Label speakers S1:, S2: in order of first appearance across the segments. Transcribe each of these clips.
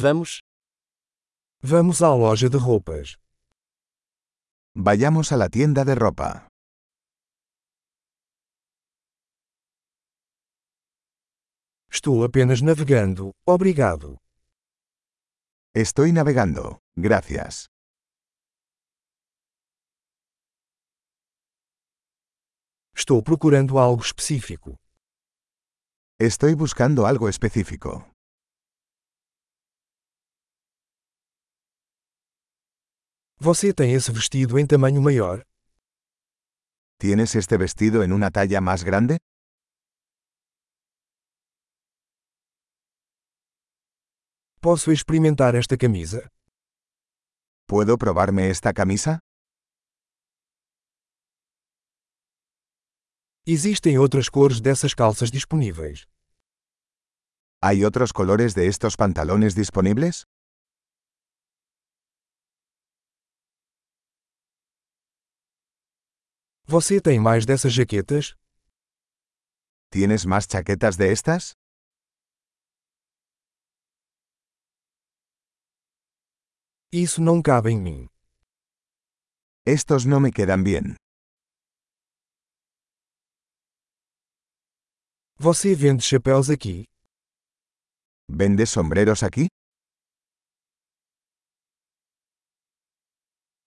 S1: Vamos. Vamos à loja de roupas.
S2: Vayamos a la tienda de ropa.
S1: Estou apenas navegando, obrigado.
S2: Estoy navegando. Gracias.
S1: Estou procurando algo específico.
S2: Estoy buscando algo específico.
S1: Você tem esse vestido em tamanho maior?
S2: ¿Tienes este vestido en una talla más grande?
S1: Posso experimentar esta camisa?
S2: ¿Puedo probarme esta camisa?
S1: Existem outras cores dessas calças disponíveis.
S2: ¿Hay otros colores de estos pantalones disponibles?
S1: Você tem mais dessas jaquetas?
S2: ¿Tienes más chaquetas de estas?
S1: Isso não cabe em mim.
S2: Estos no me quedan bien.
S1: Você vende chapéus aqui?
S2: ¿Vendes sombreros aquí?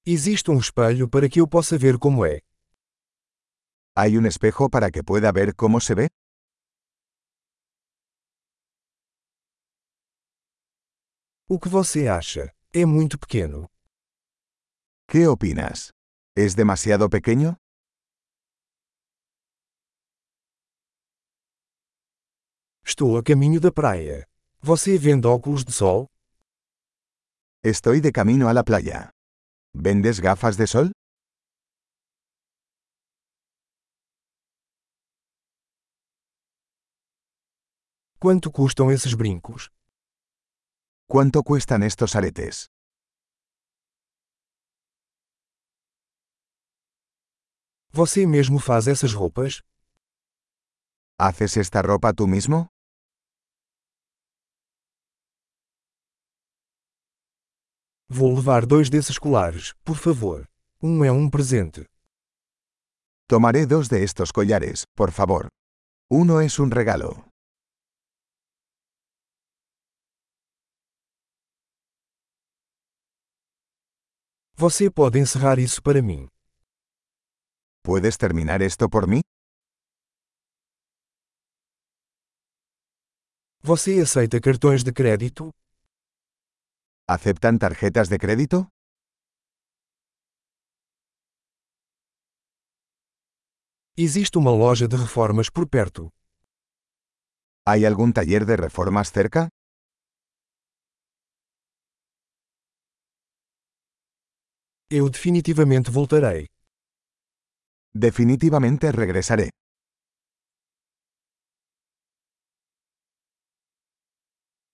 S1: Existe um espelho para que eu possa ver como é.
S2: ¿Hay un espejo para que pueda ver cómo se ve?
S1: O que você acha? É muito pequeno.
S2: ¿Qué opinas? ¿Es demasiado pequeño?
S1: Estou a caminho da praia. Você vende óculos de sol?
S2: Estoy de camino a la playa. ¿Vendes gafas de sol?
S1: Quanto custam esses brincos?
S2: ¿Cuánto cuestan estos aretes?
S1: Você mesmo faz essas roupas?
S2: ¿Haces esta ropa tú mismo?
S1: Vou levar dois desses colares, por favor. Um é um presente.
S2: Tomaré dos de estos collares, por favor. Uno es un regalo.
S1: Você pode encerrar isso para mim.
S2: ¿Puedes terminar esto por mí?
S1: Você aceita cartões de crédito?
S2: ¿Aceptan tarjetas de crédito?
S1: Existe uma loja de reformas por perto.
S2: ¿Hay algún taller de reformas cerca?
S1: Eu definitivamente voltarei.
S2: Definitivamente regresaré.